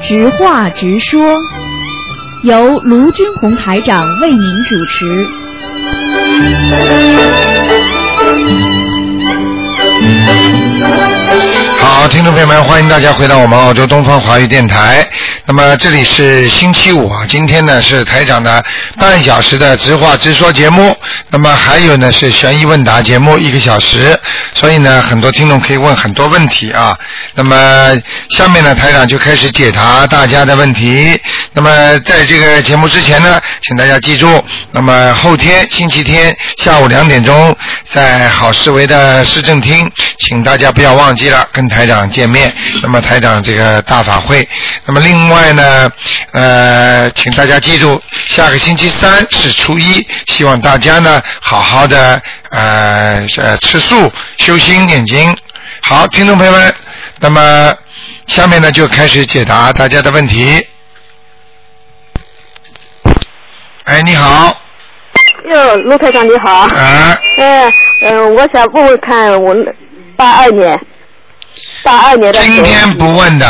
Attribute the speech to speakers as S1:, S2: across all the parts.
S1: 直话直说，由卢军红台长为您主持。
S2: 好，听众朋友们，欢迎大家回到我们澳洲东方华语电台。那么这里是星期五啊，今天呢是台长的半小时的直话直说节目，那么还有呢是悬疑问答节目一个小时，所以呢很多听众可以问很多问题啊。那么下面呢台长就开始解答大家的问题。那么在这个节目之前呢，请大家记住，那么后天星期天下午两点钟在好市委的市政厅，请大家不要忘记了跟台长见面。那么台长这个大法会，那么另外呢，呃，请大家记住，下个星期三是初一，希望大家呢好好的呃呃吃素、修心、念经。好，听众朋友们，那么下面呢就开始解答大家的问题。哎，你好，
S3: 哟，卢台长你好。
S2: 啊，
S3: 嗯、嗯、我想问问看，我八二年，八二年的
S2: 今
S3: 狗
S2: 天不问的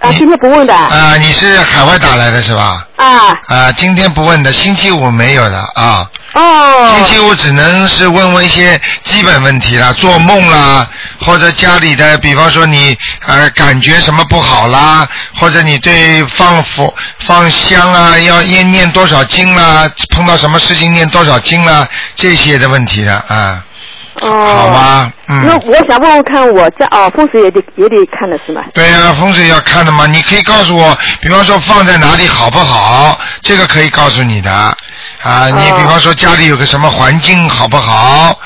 S3: 啊，今天不问的啊
S2: 啊，你是海外打来的是吧？啊，今天不问的，星期五没有的啊，
S3: 哦
S2: 星期五只能是问问一些基本问题啦，做梦啦，或者家里的，比方说你呃感觉什么不好啦，或者你对放佛放香啊，要念念多少经啦，碰到什么事情念多少经啦，这些的问题的啊，
S3: 哦，
S2: 好吧，嗯。
S3: 那我想问问看，我家啊风水也得也得看的是吗？
S2: 对呀、风水要看的嘛。你可以告诉我，比方说放在哪里好不好，这个可以告诉你的啊。
S3: 哦
S2: 你比方说家里有个什么环境好不好，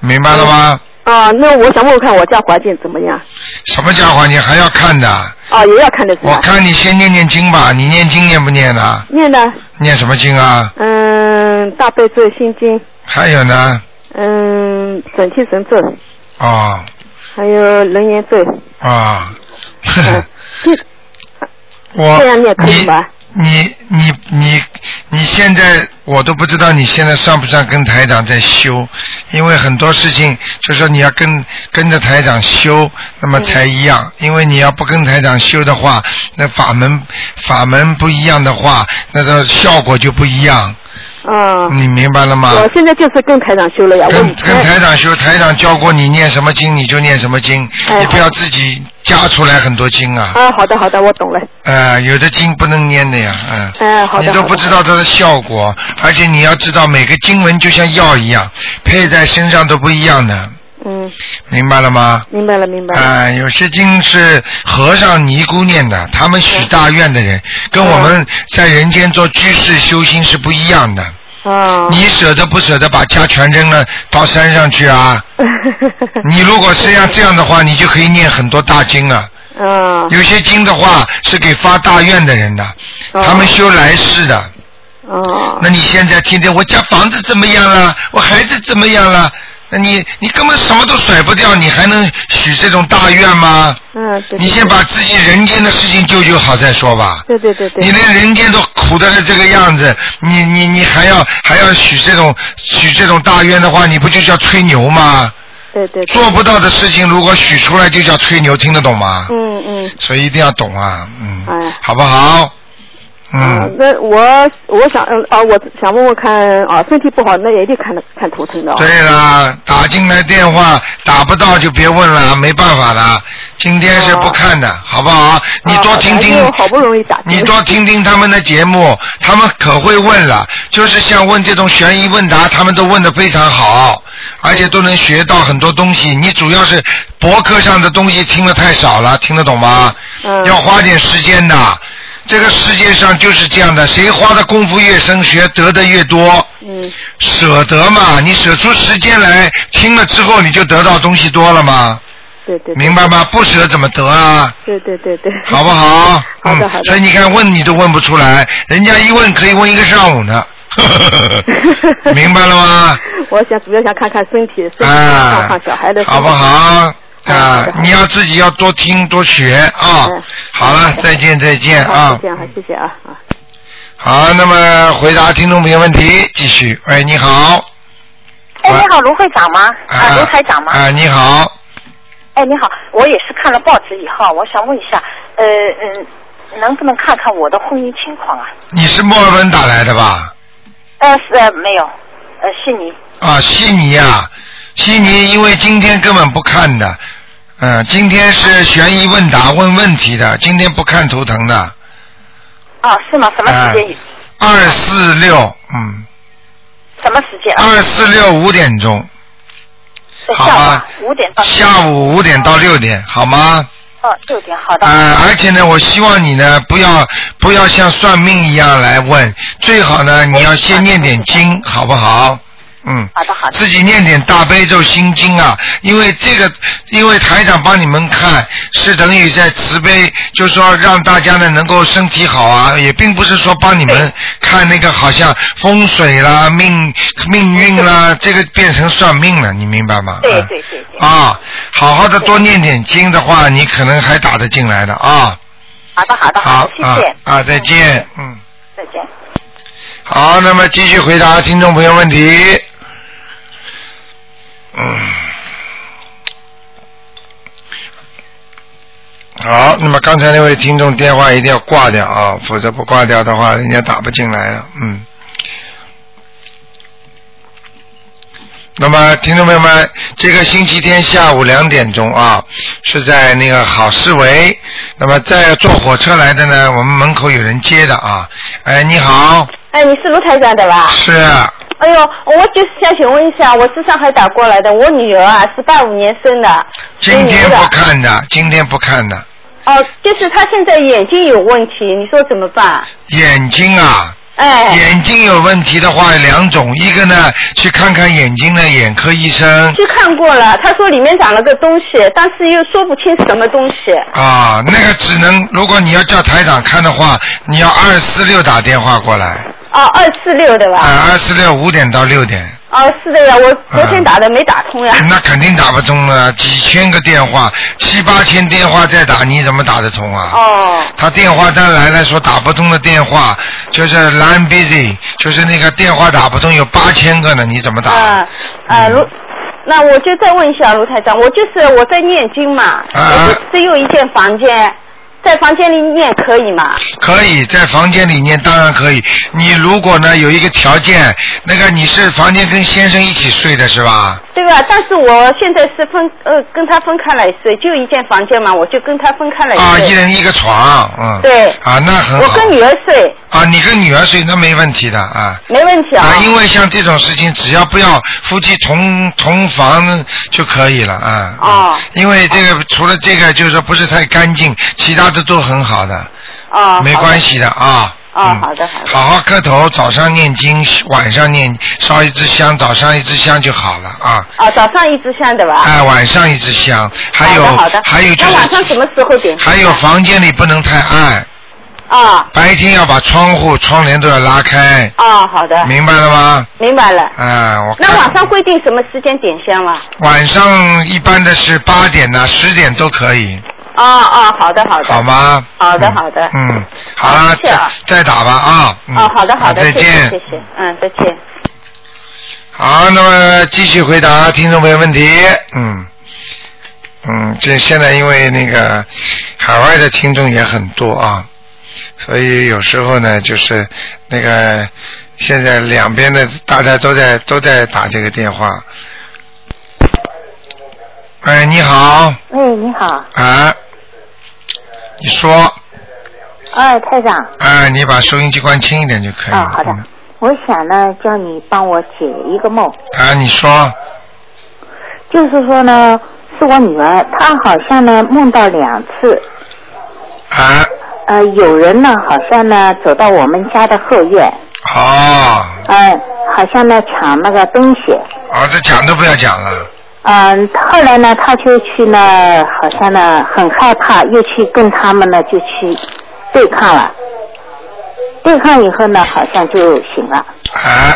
S2: 明白了吗？
S3: 啊，那我想问问看我家环境怎么样？
S2: 什么家环境还要看的？
S3: 啊，也要看的是
S2: 我
S3: 吧？
S2: 看你先念念经吧，你念经念不念呢？
S3: 念呢，
S2: 念什么经啊？
S3: 嗯，大悲咒心经，
S2: 还有呢？
S3: 嗯，准提神咒，
S2: 哦
S3: 还有楞严咒，
S2: 啊，
S3: 嗯这这样
S2: 我
S3: 念可以
S2: 你
S3: 吗？
S2: 你你你你现在我都不知道你现在算不算跟台长在修，因为很多事情就说你要跟跟着台长修，那么才一样。因为你要不跟台长修的话，那法门法门不一样的话，那个效果就不一样。
S3: 啊，
S2: 你明白了吗？
S3: 我现在就是跟台长修了呀，我
S2: 跟跟台长修，台长教过你念什么经，你就念什么经，
S3: 哎
S2: 你不要自己加出来很多经啊。
S3: 啊，好的好的，我懂了，
S2: 呃，有的经不能念的呀，嗯。
S3: 哎，好的，
S2: 你都
S3: 好的
S2: 不知道它的效果，而且你要知道每个经文就像药一样，配在身上都不一样的，
S3: 嗯，
S2: 明白了吗？
S3: 明白了明白
S2: 啊、
S3: 了，
S2: 有些经是和尚尼姑念的，他们许大愿的人，跟我们在人间做居士修行是不一样的。
S3: 啊，
S2: 你舍得不舍得把家全扔了到山上去啊？
S3: 嗯
S2: 你如果是要这样的话，你就可以念很多大经了。
S3: 啊，
S2: 有些经的话是给发大愿的人的，
S3: 哦
S2: 他们修来世的。
S3: 啊，
S2: 那你现在听听我家房子怎么样了，我孩子怎么样了？那你你根本什么都甩不掉，你还能许这种大愿吗？
S3: 嗯，对对
S2: 你先把自己人间的事情救救好再说吧。
S3: 对对对对，
S2: 你连人间都苦的是这个样子，你你你还要还要许这种许这种大愿的话，你不就叫吹牛吗？
S3: 对对，对
S2: 做不到的事情，如果许出来就叫吹牛，听得懂吗？
S3: 嗯嗯，
S2: 所以一定要懂啊，嗯，
S3: 哎
S2: 好不好？
S3: 啊
S2: 嗯，，
S3: 那我我想呃啊，我想问问看啊，身体不好那也得看看图腾的哦，
S2: 对啦，打进来电话打不到就别问了，没办法的。今天是不看
S3: 哦
S2: 的，好不好？你多听听，
S3: 啊反正好不容易打进来
S2: 你多听听他们的节目，他们可会问了，就是像问这种悬疑问答，他们都问的非常好，而且都能学到很多东西。你主要是博客上的东西听的太少了，听得懂吗？
S3: 嗯
S2: 要花点时间的。这个世界上就是这样的，谁花的功夫越深，学得的越多。
S3: 嗯
S2: 舍得嘛，你舍出时间来听了之后，你就得到东西多了嘛，
S3: 对对对
S2: 明白吗？不舍怎么得啊？
S3: 对对对对，
S2: 好不好？
S3: 好的
S2: 嗯
S3: 好的
S2: 所以你看问你都问不出来，人家一问可以问一个上午 呢，明白了吗？
S3: 我想主要想看看身体，身体看
S2: 啊
S3: 看小孩的，身体
S2: 好不？好？啊
S3: 好的好，的
S2: 你要自己要多听多学啊
S3: 嗯。
S2: 好了，再见再见
S3: 好，
S2: 啊
S3: 就。这样，好，谢谢啊啊。
S2: 好，那么回答听众朋友问题，继续。喂，你好。
S4: 哎，
S2: 喂
S4: 你好，卢会长吗？啊，卢台长吗？
S2: 啊，你好。
S4: 哎，你好，我也是看了报纸以后，我想问一下，呃嗯，
S5: 能不能看看我的婚姻情况啊？
S2: 你是墨尔本打来的吧？
S5: 呃，是呃没有，呃，悉尼。
S2: 啊，悉尼啊，悉尼，因为今天根本不看的，嗯、今天是悬疑问答问问题的，今天不看图腾的，
S5: 啊，是吗？什么时
S2: 哎
S5: 间？
S2: 二四六，嗯，
S5: 什么时间？
S2: 二四六五点钟，啊
S5: 呃
S2: 好
S5: 下午
S2: 吧
S5: 啊五点到。
S2: 下。午五点到六点，好吗？
S5: 哦，六点，好的。
S2: 呃，而且呢，我希望你呢，不要不要像算命一样来问，最好呢，你要先念点经，好不好？嗯，
S5: 好的，好的。
S2: 自己念点大悲咒心经啊，因为这个，因为台长帮你们看，是等于在慈悲，就说让大家呢能够身体好啊，也并不是说帮你们看那个好像风水啦、命命运啦，这个变成算命了，你明白吗？
S5: 对
S2: 嗯
S5: 对对对。
S2: 啊，好好的多念点经的话，你可能还打得进来的啊。
S5: 好的，好的，
S2: 好
S5: 好的，谢
S2: 啊
S5: 谢，
S2: 啊，再见，嗯。
S5: 再见。
S2: 好，那么继续回答听众朋友问题。嗯，好，那么刚才那位听众电话一定要挂掉啊，否则不挂掉的话，人家打不进来了。嗯。那么，听众朋友们，这个星期天下午两点钟啊，是在那个好市围。那么，在坐火车来的呢，我们门口有人接的啊。哎，你好。
S4: 哎，你是卢台长的吧？
S2: 是
S4: 哎呦，我就是想询问一下，我是上海打过来的，我女儿啊是八五年生的，啊属
S2: 今
S4: 牛
S2: 天
S4: 的。
S2: 不看的，今天不看的，
S4: 哦，就是她现在眼睛有问题，你说怎么办？
S2: 眼睛啊，
S4: 哎，
S2: 眼睛有问题的话有两种，一个呢去看看眼睛的眼科医生
S4: 去看过了，她说里面长了个东西，但是又说不清什么东西。
S2: 啊，那个只能如果你要叫台长看的话，你要二四六打电话过来，
S4: 哦，二四六的吧？
S2: 啊，二啊四六五点到六 点，
S4: 哦，是的呀，我昨天打的没打通呀。
S2: 那肯定打不通了，几千个电话，七八千电话再打，你怎么打得通啊？
S4: 哦，
S2: 他电话单来了，说打不通的电话就是 line busy，就是那个电话打不通，有八千个呢，你怎么打？嗯
S4: 啊啊，卢，那我就再问一下卢台长，我就是我在念经嘛，
S2: 啊
S4: 我就只有一间房间，在房间里念可以吗？
S2: 可以在房间里面当然可以。你如果呢有一个条件，那个你是房间跟先生一起睡的是吧？
S4: 对吧？但是我现在是分呃跟他分开来睡，就一间房间嘛，我就跟他分开来
S2: 啊，一
S4: 睡。
S2: 人一个床，嗯。
S4: 对
S2: 啊，那很
S4: 我
S2: 好。
S4: 跟女儿睡
S2: 啊，你跟女儿睡那没问题的啊。
S4: 没问题啊。
S2: 啊，因为像这种事情，只要不要夫妻同同房就可以了啊。
S4: 哦
S2: 嗯因为这个除了这个，就是说不是太干净，其他的都很好的，
S4: 啊，
S2: 没关系的啊。
S4: 好的。啊，
S2: 嗯
S4: 好的好的。
S2: 好好磕头，早上念经，晚上念，烧一支香，早上一支香就好了啊。
S4: 啊，早上一支香对吧？
S2: 哎，晚上一支香，还有
S4: 哦好的好的。
S2: 还有就
S4: 那晚上
S2: 是，
S4: 什么时候点？
S2: 还有房间里不能太暗，
S4: 啊
S2: 白天要把窗户、窗帘都要拉开，
S4: 啊，好的，
S2: 明白了吗？
S4: 明白了。
S2: 哎，我
S4: 那
S2: 看
S4: 晚上规定什么时间点香啊吗？
S2: 晚上一般的是八点呐、十点都可以，
S4: 啊啊，好的好的。
S2: 好吗？
S4: 好的
S2: 嗯
S4: 好的
S2: 嗯，好了，
S4: 谢谢啊
S2: 再再打吧啊。嗯
S4: 哦，好的好的，
S2: 再
S4: 谢谢
S2: 见。
S4: 谢谢，嗯，再见。
S2: 好，那么继续回答听众朋友问题。嗯，嗯，这现在因为那个海外的听众也很多啊，所以有时候呢，就是那个现在两边的大家都在都在打这个电话。哎，你好
S5: 喂，你好，
S2: 啊，你说，
S5: 哎，台长，
S2: 哎，你把收音机关轻一点就可以了。
S5: 哦好的
S2: 嗯
S5: 我想呢，叫你帮我解一个梦，
S2: 啊，你说，
S5: 就是说呢，是我女儿，她好像呢梦到两次，
S2: 啊，
S5: 呃，有人呢好像呢走到我们家的后院，
S2: 哦，
S5: 呃，好像呢抢那个东西，
S2: 儿子讲都不要讲了。
S5: 嗯、后来呢她就去呢，好像呢很害怕，又去跟他们呢就去对抗了，对抗以后呢好像就醒了，
S2: 啊，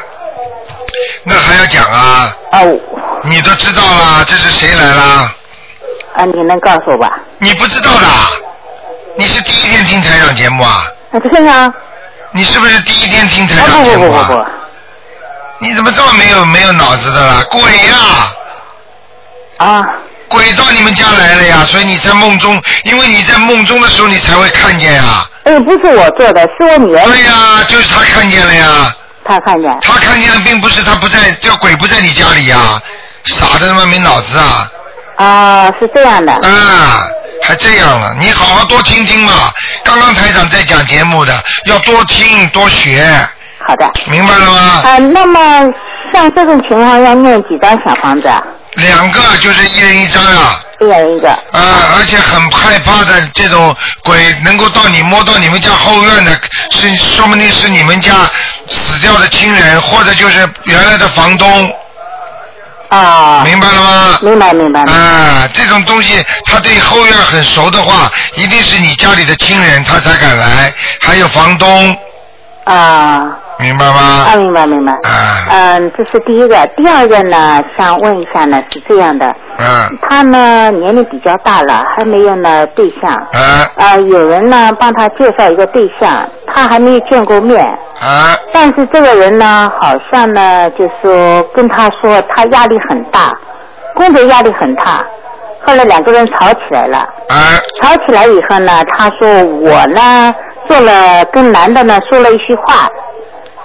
S2: 那还要讲啊？
S5: 哦、
S2: 你都知道啦，这是谁来啦？
S5: 啊，你能告诉我吧？
S2: 你不知道的？你是第一天听台长节目啊？
S5: 啊，这个啊，
S2: 你是不是第一天听台
S5: 啊
S2: 长
S5: 不
S2: 节
S5: 不
S2: 目
S5: 不
S2: 啊？
S5: 不不，
S2: 你怎么这么没有没有脑子的啦？鬼呀、
S5: 啊
S2: 鬼到你们家来了呀！所以你在梦中，因为你在梦中的时候，你才会看见呀、
S5: 哎，不是我做的，是我女儿。
S2: 对哎呀、就是他看见了呀，
S5: 她看见。
S2: 他看见了，并不是他不在，这鬼不在你家里呀，傻的他妈没脑子啊！
S5: 啊，是这样的。
S2: 啊，还这样了，你好好多听听嘛。刚刚台长在讲节目的，要多听多学，
S5: 好的。
S2: 明白了吗？
S5: 啊，那么像这种情况要念几张小房子啊？
S2: 两个就是一人一张啊。
S5: 一人一个。
S2: 啊，而且很害怕的这种鬼能够到你摸到你们家后院的，是说不定是你们家死掉的亲人，或者就是原来的房东，
S5: 啊。
S2: 明白了吗？
S5: 明白明白。明白
S2: 啊，这种东西他对后院很熟的话，一定是你家里的亲人他才敢来，还有房东，
S5: 啊
S2: 明白
S5: 啊，
S2: 吗？
S5: 明白明白。
S2: 啊，
S5: 嗯，这是第一个，第二个呢，想问一下呢，是这样的，
S2: 嗯，
S5: 他呢年龄比较大了，还没有呢对象，
S2: 啊，
S5: 呃，有人呢帮他介绍一个对象，他还没有见过面，
S2: 啊，
S5: 但是这个人呢，好像呢，就说跟他说他压力很大，工作压力很大。后来两个人吵起来了，
S2: 啊，
S5: 吵起来以后呢，他说我呢做了跟男的呢说了一句话，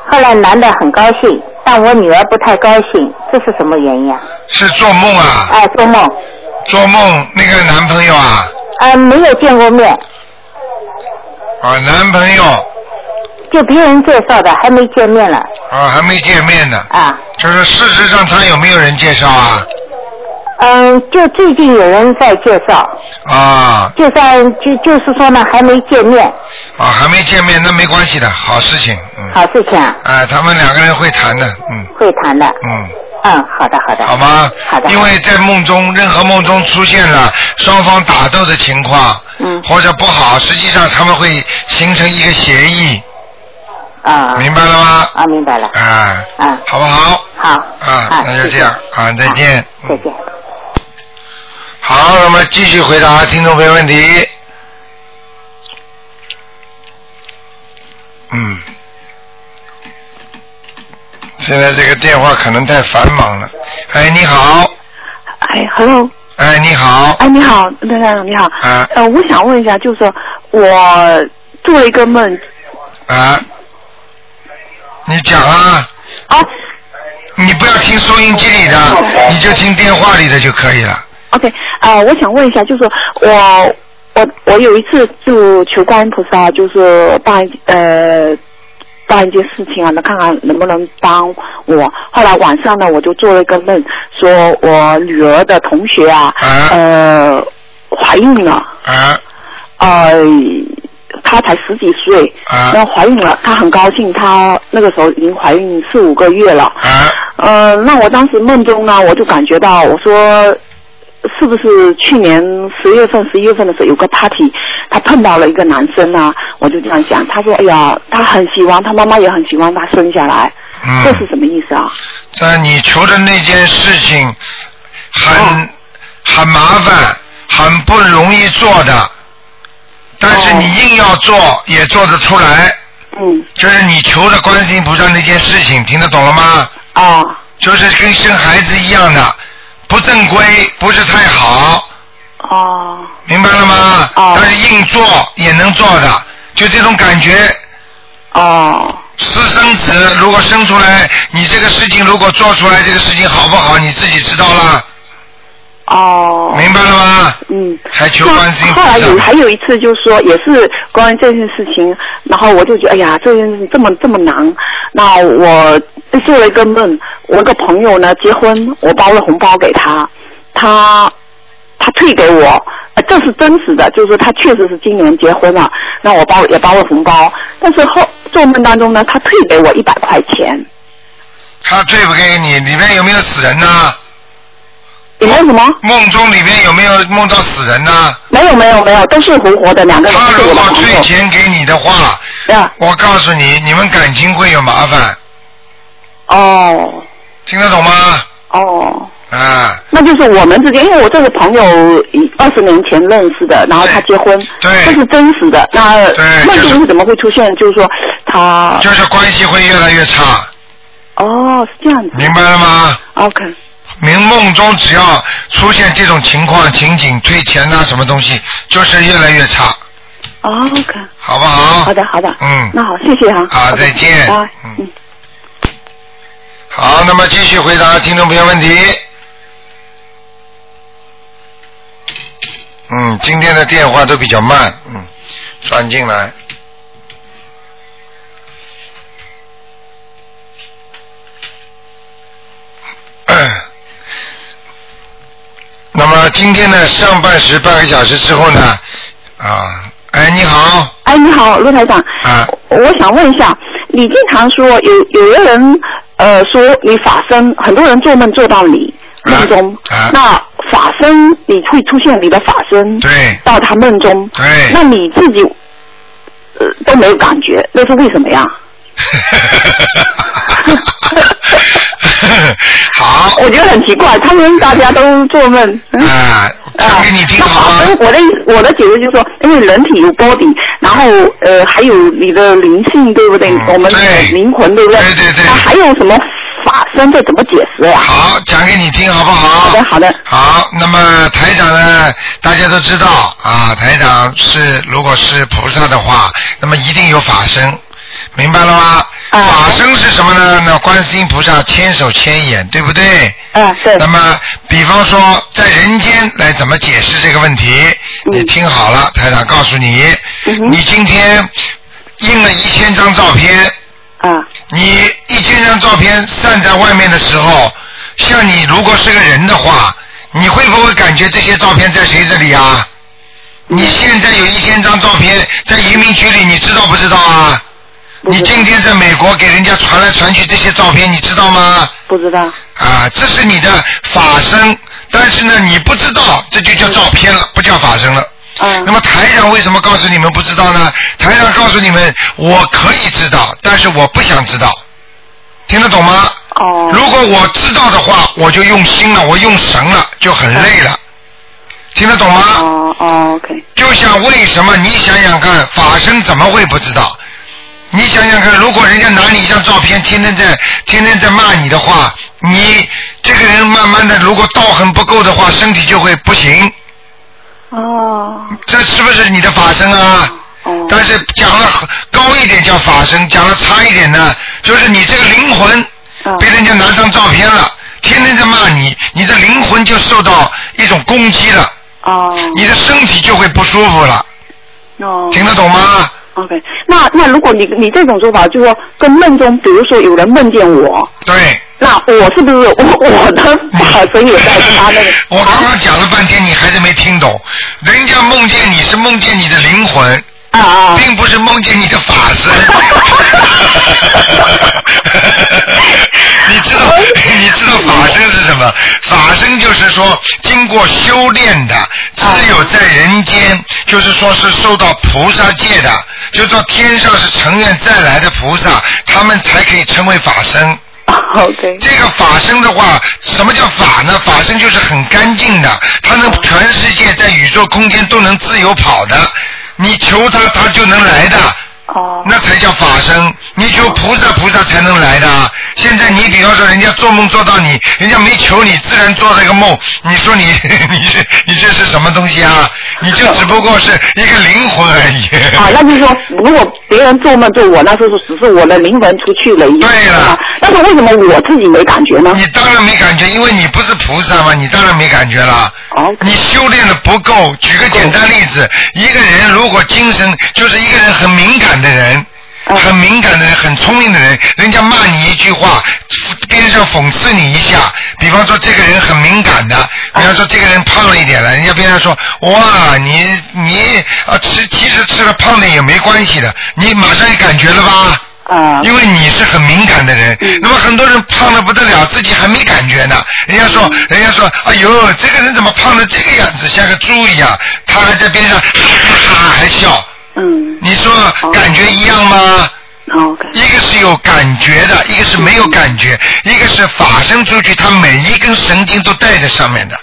S5: 后来男的很高兴，但我女儿不太高兴，这是什么原因啊？
S2: 是做梦啊，
S5: 哎，做梦，
S2: 做梦那个男朋友啊，
S5: 呃，没有见过面，
S2: 啊，男朋友
S5: 就别人介绍的，还没见面了
S2: 啊还没见面呢，
S5: 啊。
S2: 就是事实上他有没有人介绍啊？
S5: 嗯，就最近有人在介绍，
S2: 啊
S5: 介绍就就是说呢，还没见面，
S2: 啊，还没见面，那没关系的，好事情，嗯，
S5: 好事情啊，
S2: 哎，他们两个人会谈的，嗯
S5: 会谈的。
S2: 嗯。
S5: 嗯，好的，好的。
S2: 好吗？
S5: 好的。
S2: 因为在梦中，任何梦中出现了双方打斗的情况，
S5: 嗯
S2: 或者不好，实际上他们会形成一个协议，
S5: 啊
S2: 明白了吗？
S5: 啊，明白了。
S2: 啊，
S5: 啊，
S2: 好不好？
S5: 好
S2: 啊，那就这样啊，再见。
S5: 谢谢再见。
S2: 好，那么继续回答听众朋友问题。嗯，现在这个电话可能太繁忙了。哎，你好，
S6: 哎，hello，
S2: 哎，你好，
S6: 哎，你好，刘台长，你好。
S2: 啊
S6: 呃，我想问一下，就是说我做了一个梦，
S2: 啊，你讲啊，
S6: 啊
S2: 你不要听收音机里的，你就听电话里的就可以了。
S6: ，OK，啊、我想问一下，就是说我我我有一次就求观音菩萨，就是办一呃办一件事情啊，能看看能不能帮我。后来晚上呢，我就做了一个梦，说我女儿的同学啊，
S2: 啊
S6: 呃，怀孕了。
S2: 啊
S6: 呃，她才十几岁，
S2: 啊
S6: 然后怀孕了，她很高兴，她那个时候已经怀孕四五个月了。
S2: 啊
S6: 呃，那我当时梦中呢，我就感觉到，我说是不是去年十月份、十一月份的时候有个 party，她碰到了一个男生呢？我就这样想，她说，哎呀，她很喜欢，她妈妈也很喜欢她生下来，
S2: 嗯。
S6: 这是什么意思啊？
S2: 在你求的那件事情很、
S6: 哦
S2: 很麻烦，很不容易做的，但是
S6: 哦
S2: 你硬要做也做得出来，
S6: 嗯，
S2: 就是你求的观世音菩萨那件事情，听得懂了吗？
S6: 啊，
S2: 就是跟生孩子一样的，不正规，不是太好，
S6: 哦，
S2: 明白了吗？
S6: 哦
S2: 但是硬做也能做的，就这种感觉。
S6: 哦，
S2: 私生子如果生出来，你这个事情如果做出来，这个事情好不好，你自己知道了。
S6: 哦，
S2: 明白了吗？
S6: 嗯。
S2: 还求
S6: 那
S2: 观世音菩
S6: 后来有还
S2: 萨。
S6: 有一次，就是说也是关于这件事情，然后我就觉得哎呀，这件事情这么这么难。那我做了一个梦，我一个朋友呢结婚，我包了红包给他，他他退给我，呃这是真实的，就是说他确实是今年结婚了，那我包也包了红包，但是后做梦当中呢，他退给我一百块钱，
S2: 他对不给你，里面有没有死人呢？
S6: 有没有什么？
S2: 梦中里面有没有梦到死人呢？
S6: 没有没有没有，都是活活的两个人，
S2: 他
S6: 都是
S2: 如
S6: 我的
S2: 果
S6: 朋
S2: 退
S6: 友。
S2: 钱给你的话，
S6: 啊，
S2: 我告诉你，你们感情会有麻烦，
S6: 哦
S2: 听得懂吗？
S6: 哦。
S2: 啊，
S6: 那就是我们之间，因为我这个朋友一二十年前认识的，然后他结婚，
S2: 对
S6: 这是真实的。那
S2: 对就
S6: 梦
S2: 是
S6: 境是怎么会出现？就是说他
S2: 就是关系会越来越差，
S6: 哦，是这样子。
S2: 明白了吗？
S6: OK，
S2: 明梦中只要出现这种情况情景，退钱呐、什么东西，就是越来越差，
S6: 哦，OK，
S2: 好不好？
S6: 好的好的，
S2: 啊嗯
S6: 那好，谢谢哈。
S2: 好再见
S6: 好的拜
S2: 嗯
S6: 拜嗯。
S2: 好，那么继续回答听众朋友问题。嗯，今天的电话都比较慢，嗯，转进来。 那么今天的上半时半个小时之后呢，啊，哎，你好，
S6: 哎，你好，陆台长。
S2: 啊，
S6: 我想问一下，你经常说有有的人呃说你法身，很多人做梦做到你
S2: 啊
S6: 梦中，
S2: 啊
S6: 那法身你会出现你的法身
S2: 对
S6: 到他梦中，
S2: 对。
S6: 那 你自己呃都没有感觉，那是为什么呀？
S2: 好
S6: 我觉得很奇怪，他们大家都做梦。嗯
S2: 啊，讲
S6: 啊，
S2: 给你听
S6: 那
S2: 好
S6: 法
S2: 吗
S6: 身，？我的我的解释就是说，因为人体有 body，然后呃还有你的灵性，对不对？
S2: 嗯
S6: 我们的
S2: 对
S6: 灵魂，对不对？
S2: 对对对
S6: 那还有什么法身，这怎么解释呀、
S2: 好，讲给你听好不
S6: 好的，
S2: 好？
S6: 好的，
S2: 好，那么台长呢？大家都知道啊，台长是如果是菩萨的话，那么一定有法身，明白了吗？
S6: 啊
S2: 法身是什么呢？那观世音菩萨千手千眼，对不对？
S6: 嗯，对
S2: 那，么，比方说，在人间来怎么解释这个问题？
S6: 嗯
S2: 你听好了，台长告诉你，
S6: 嗯哼
S2: 你今天印了一千张照片，
S6: 啊，
S2: 你一千张照片散在外面的时候，像你如果是个人的话，你会不会感觉这些照片在谁这里啊？你现在有一千张照片在移民局里，你知道不知道啊？
S6: 不
S2: 你
S6: 知
S2: 今天在美国给人家传来传去这些照片，你知道吗？
S6: 不知道，
S2: 啊，这是你的法身，但是呢，你不知道，这就叫照片了，不叫法身了。
S6: 嗯
S2: 那，么台长为什么告诉你们不知道呢？台长告诉你们，我可以知道，但是我不想知道，听得懂吗？
S6: 哦，
S2: 如果我知道的话，我就用心了，我用神了，就很累了，听得懂吗？
S6: 嗯哦哦，OK，
S2: 就像为什么你想想看，法身怎么会不知道？你想想看，如果人家拿你一张照片，天天在天天在骂你的话，你这个人慢慢的，如果道行不够的话，身体就会不行，
S6: 哦，
S2: 这是不是你的法身啊？
S6: 哦，
S2: 但是讲的高一点叫法身，讲的差一点呢，就是你这个灵魂
S6: 嗯
S2: 被人家拿张照片了，天天在骂你，你的灵魂就受到一种攻击了，
S6: 哦，
S2: 你的身体就会不舒服了，
S6: 哦
S2: 听得懂吗？
S6: ，OK，那那如果你你这种做法，就是说跟梦中，比如说有人梦见我，
S2: 对。？
S6: 那我是不是我我的 法身也在他那里 啊
S2: 我刚刚讲了半天，你还是没听懂。人家梦见你是梦见你的灵魂，
S6: 啊啊！
S2: 并不是梦见你的法身。 你知道， 你知道法身是什么？法身就是说经过修炼的，只有在人间，就是说是受到菩萨戒的，就说天上是成愿再来的菩萨，他们才可以称为法身。
S6: OK，
S2: 这个法身的话，什么叫法呢？法身就是很干净的，它能全世界在宇宙空间都能自由跑的。你求它，它就能来的，
S6: 哦，
S2: 那才叫法身。你求菩萨，菩萨才能来的。现在你比方说，人家做梦做到你，人家没求你，自然做了一个梦。你说你 你这你这是什么东西啊？你就只不过是一个灵魂而已。
S6: 啊，那就是说，如果别人做梦做我，那就是只是我的灵魂出去了一样。
S2: 对了
S6: 是吧但是为什么我自己没感觉呢
S2: 你当然没感觉，因为你不是菩萨嘛，你当然没感觉了。
S6: 哦
S2: 你修炼的不够。举个简单例子，一个人如果精神就是一个人很敏感的人。
S6: 嗯
S2: 很敏感的人，很聪明的人，人家骂你一句话，边上讽刺你一下。比方说，这个人很敏感的，比方说这个人胖了一点了，人家边上说：“哇，你你啊吃其实吃了胖点也没关系的。”你马上也感觉了吧？
S6: 啊，
S2: 因为你是很敏感的人，那么很多人胖的不得了，自己还没感觉呢。人家说，人家说，哎呦，这个人怎么胖成这个样子，像个猪一样？他还在边上哈哈哈还笑，
S6: 嗯哦
S2: 你说感觉一样吗？
S6: ，OK，
S2: 一个是有感觉的，一个是没有感觉，一个是法身出去，他每一根神经都带在上面的。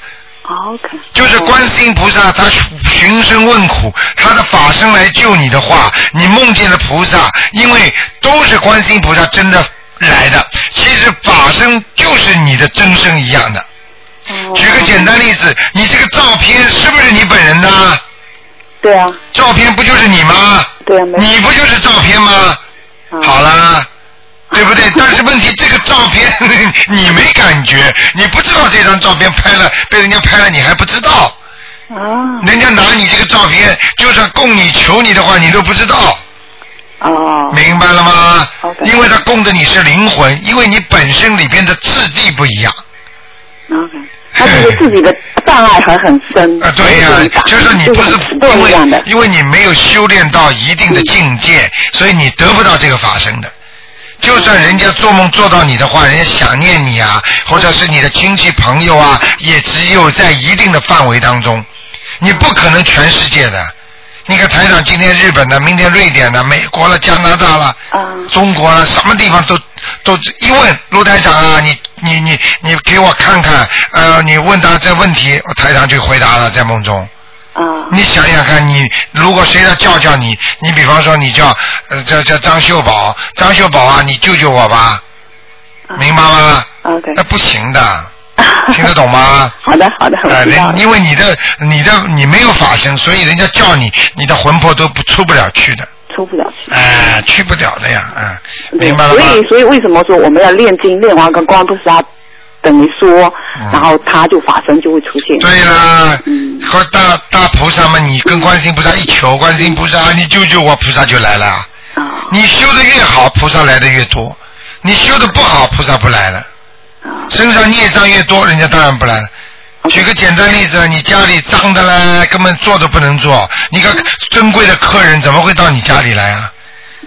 S6: OK，
S2: 就是观世音菩萨，他寻寻声问苦，他的法身来救你的话，你梦见了菩萨，因为都是观世音菩萨真的来的。其实法身就是你的真身一样的。
S6: 哦
S2: 举个简单例子，你这个照片是不是你本人的？
S6: 对啊，
S2: 照片不就是你吗？
S6: 对啊，没
S2: 你不就是照片吗？
S6: 啊
S2: 好啦，对 不对？但是问题，这个照片 你没感觉，你不知道这张照片拍了，被人家拍了，你还不知道。
S6: 啊
S2: 人家拿你这个照片，就算供你求你的话，你都不知道，
S6: 哦，
S2: 明白了吗
S6: 好的？
S2: 因为他供的你是灵魂，因为你本身里边的质地不一样。
S6: o k 他这个自己的障碍还很深
S2: 啊，对呀、就是说你不是
S6: 都
S2: 因
S6: 一样
S2: 为
S6: 的，
S2: 因为你没有修炼到一定的境界，所以你得不到这个法身的。就算人家做梦做到你的话，人家想念你啊，或者是你的亲戚朋友啊，也只有在一定的范围当中，你不可能全世界的。你看台长今天日本的，明天瑞典的，美国了，加拿大了，
S6: 啊
S2: 中国了，什么地方都都一问卢台长啊，你你你你给我看看，呃，你问他这问题，台长就回答了，在梦中。
S6: 啊
S2: 你想想看，你如果谁来叫叫你，你比方说你叫呃叫叫张秀宝，张秀宝啊，你救救我吧，明白吗？
S6: ，OK，
S2: 那不行的，听得懂吗？
S6: 好的好的，
S2: 呃，
S6: 我知道
S2: 人
S6: 了。
S2: 因为你的你的你没有法身，所以人家叫你，你的魂魄都不出不了去的，
S6: 出不了去。
S2: 哎、去不了的呀，嗯、
S6: 对
S2: 明白了吗？
S6: 所以，所以为什么说我们要念经，念完跟观不是他啊等于说，
S2: 嗯
S6: 然后他就法身就会出现。
S2: 对啦
S6: 嗯，
S2: 和大大菩萨嘛，你跟观世音菩萨一求，观世音菩萨，你救救我，菩萨就来了。
S6: 啊
S2: 你修的越好，菩萨来的越多；你修的不好，菩萨不来了。
S6: 啊
S2: 身上孽障越多，人家当然不来了。举个简单例子，你家里脏的啦，根本坐都不能坐，你个珍贵的客人怎么会到你家里来啊？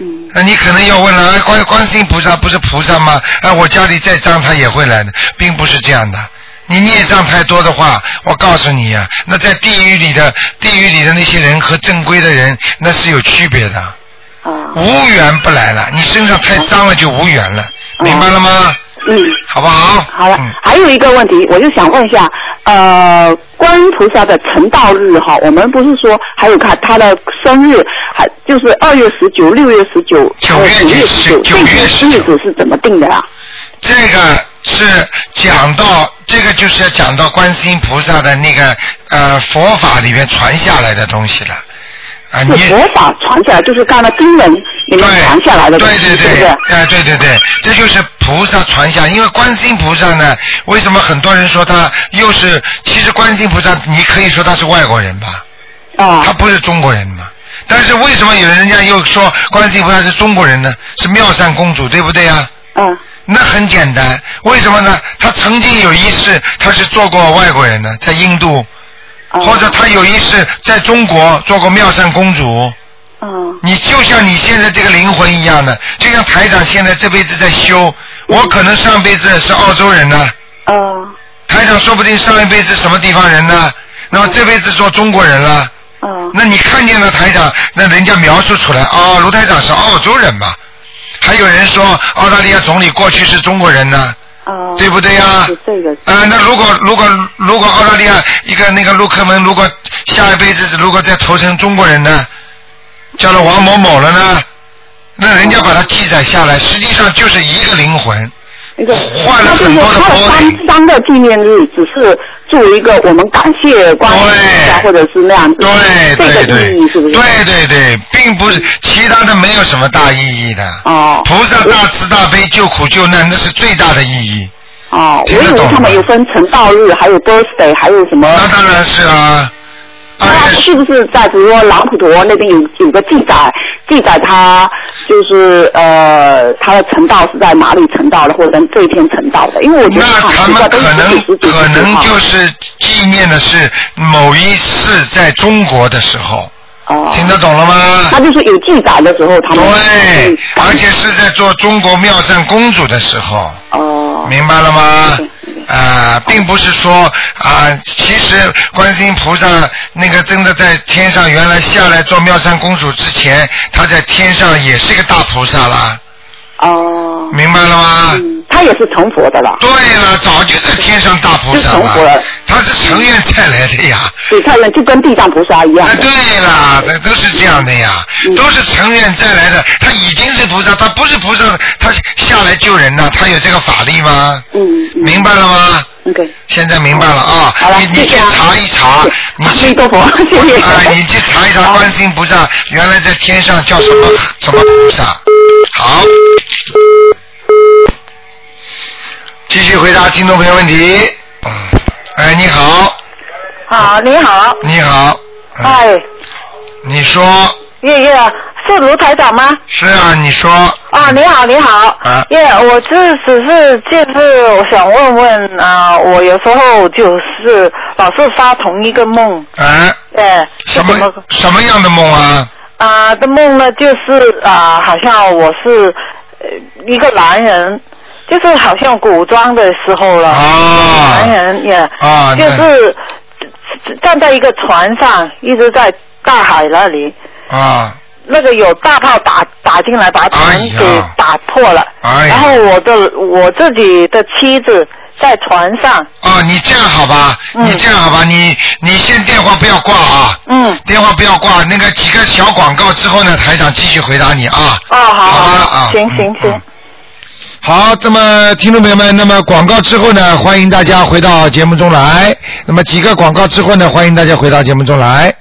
S6: 嗯
S2: 那你可能要问了，哎，观观世音菩萨不是菩萨吗？哎，我家里再脏他也会来的，并不是这样的。你孽障太多的话，我告诉你呀、啊那在地狱里的地狱里的那些人和正规的人那是有区别的。
S6: 啊
S2: 无缘不来了，你身上太脏了就无缘了，
S6: 嗯
S2: 明白了吗？
S6: 嗯，
S2: 好不好？
S6: 好了
S2: 嗯，，
S6: 还有一个问题，我就想问一下，呃，观音菩萨的成道日哈，我们不是说还有他他的生日，还就是二月十九、六月十九、
S2: 九
S6: 还有
S2: 月
S6: 五月
S2: 十
S6: 十
S2: 九
S6: 九，
S2: 九
S6: 这
S2: 月十
S6: 些
S2: 九
S6: 日子是怎么定的啊？
S2: 这个是讲到这个就是要讲到观世音菩萨的那个呃佛法里面传下来的东西了啊，
S6: 是
S2: 你
S6: 佛法传下来，就是刚才经文里面
S2: 对
S6: 传下来的东
S2: 对
S6: 西，
S2: 对
S6: 是不
S2: 对，
S6: 是
S2: 哎、？对对对，这就是菩萨传下。因为观世音菩萨呢，为什么很多人说他又是？其实观世音菩萨，你可以说他是外国人吧？
S6: 啊
S2: 他不是中国人嘛。但是为什么有人家又说观世音菩萨是中国人呢？是妙善公主，对不对啊？
S6: 嗯
S2: 那很简单，为什么呢？他曾经有一世他是做过外国人的，在印度，
S6: 啊
S2: 或者他有一世在中国做过妙善公主。
S6: 嗯
S2: 你就像你现在这个灵魂一样的，就像台长现在这辈子在修，我可能上辈子是澳洲人呢、哦
S6: 嗯
S2: 台长说不定上一辈子什么地方人呢，那么这辈子做中国人了。
S6: 嗯
S2: 那你看见了台长，那人家描述出来，哦，卢台长是澳洲人嘛？还有人说澳大利亚总理过去是中国人呢，
S6: 嗯，
S2: 对不对呀、啊
S6: 是？这个
S2: 那如果如果如果澳大利亚一个那个陆克文，如果下一辈子如果再投成中国人呢，叫了王某某了呢，那人家把它记载下来，实际上就是一个灵魂。
S6: 那个
S2: 换了很多的
S6: 那就是他有三三个纪念日，只是作为一个我们感谢观音菩萨，
S2: 对
S6: 或者是那样子，
S2: 对对
S6: 这个
S2: 对
S6: 意义是不，是？
S2: 对对对，并不是其他的没有什么大意义的。
S6: 哦
S2: 菩萨大慈大悲救苦救难，那是最大的意义。
S6: 哦，我
S2: 听
S6: 以
S2: 得懂
S6: 为他们有分成道日，还有 birthday，还有什么？
S2: 那当然是啊，二
S6: 哦那
S2: 月
S6: 是不是在比如说朗普陀那边有有个记载，记载他就是呃他的成道是在哪里成道的，或者这一天成道的？因为我觉得
S2: 那
S6: 好
S2: 他
S6: 奇怪
S2: 们
S6: 都是
S2: 可能
S6: 自己
S2: 可能
S6: 自己
S2: 就是纪念的是某一次在中国的时候，
S6: 哦，
S2: 听得懂了吗？
S6: 他就是有记载的时候，他们
S2: 对
S6: 嗯，
S2: 而且是在做中国妙善公主的时候。
S6: 哦，嗯
S2: 明白了吗
S6: 对？
S2: 啊、并不是说啊、其实观世音菩萨那个真的在天上原来下来做妙善公主之前，他在天上也是个大菩萨啦，
S6: 哦，
S2: 明白了吗？
S6: 嗯，他也是成佛的了，
S2: 对了，早就在天上大菩萨
S6: 就成佛了
S2: 他是成愿再来的呀。
S6: 所以他人就跟地藏菩萨一样
S2: 啊，
S6: 的。
S2: 对了，那都是这样的呀，
S6: 嗯
S2: 都是成愿再来的。他已经是菩萨，他不是菩萨，他下来救人呐、他有这个法力吗？
S6: 嗯，嗯
S2: 明白了吗？
S6: ，OK，
S2: 现在明白了啊
S6: 好了，
S2: 你你
S6: 谢
S2: 去
S6: 谢啊
S2: 查一查，你
S6: 阿弥
S2: 去
S6: 陀佛，谢谢。
S2: 啊，你去查一查观世音菩萨原来在天上叫什么
S6: 嗯
S2: 什么菩萨。好，继续回答听众朋友问题。嗯，哎，你好，
S5: 好，你好，
S2: 你好，嗯，
S5: 哎，
S2: 你说
S5: 月月是卢台长吗？
S2: 是啊，你说
S5: 啊，你好，你好
S2: 啊，
S5: 耶、我这只是就是我想问问啊，我有时候就是老是发同一个梦，
S2: 哎，
S5: 哎，是
S2: 什么什么样的梦啊？
S5: 啊的梦呢？就是啊，好像我是呃一个男人，就是好像古装的时候了，
S2: 啊
S6: 哎
S5: 男人也、
S2: 啊，
S5: 就
S2: 那
S5: 是呃站在一个船上，一直在大海那里，
S2: 啊，
S5: 那个有大炮打打进来，把船
S2: 哎呀
S5: 给打破了。
S2: 哎呀
S5: 然后我的我自己的妻子在船上，
S2: 哦，你这样好吧？
S5: 嗯
S2: 你这样好吧？你你先电话不要挂啊，
S5: 嗯，
S2: 电话不要挂。那个几个小广告之后呢，台长继续回答你啊。
S5: 哦，好
S2: 吧
S5: 好
S2: 啊，
S5: 行
S2: 嗯
S5: 行行
S2: 嗯，好，那么听众朋友们，那么广告之后呢，欢迎大家回到节目中来。那么几个广告之后呢，欢迎大家回到节目中来。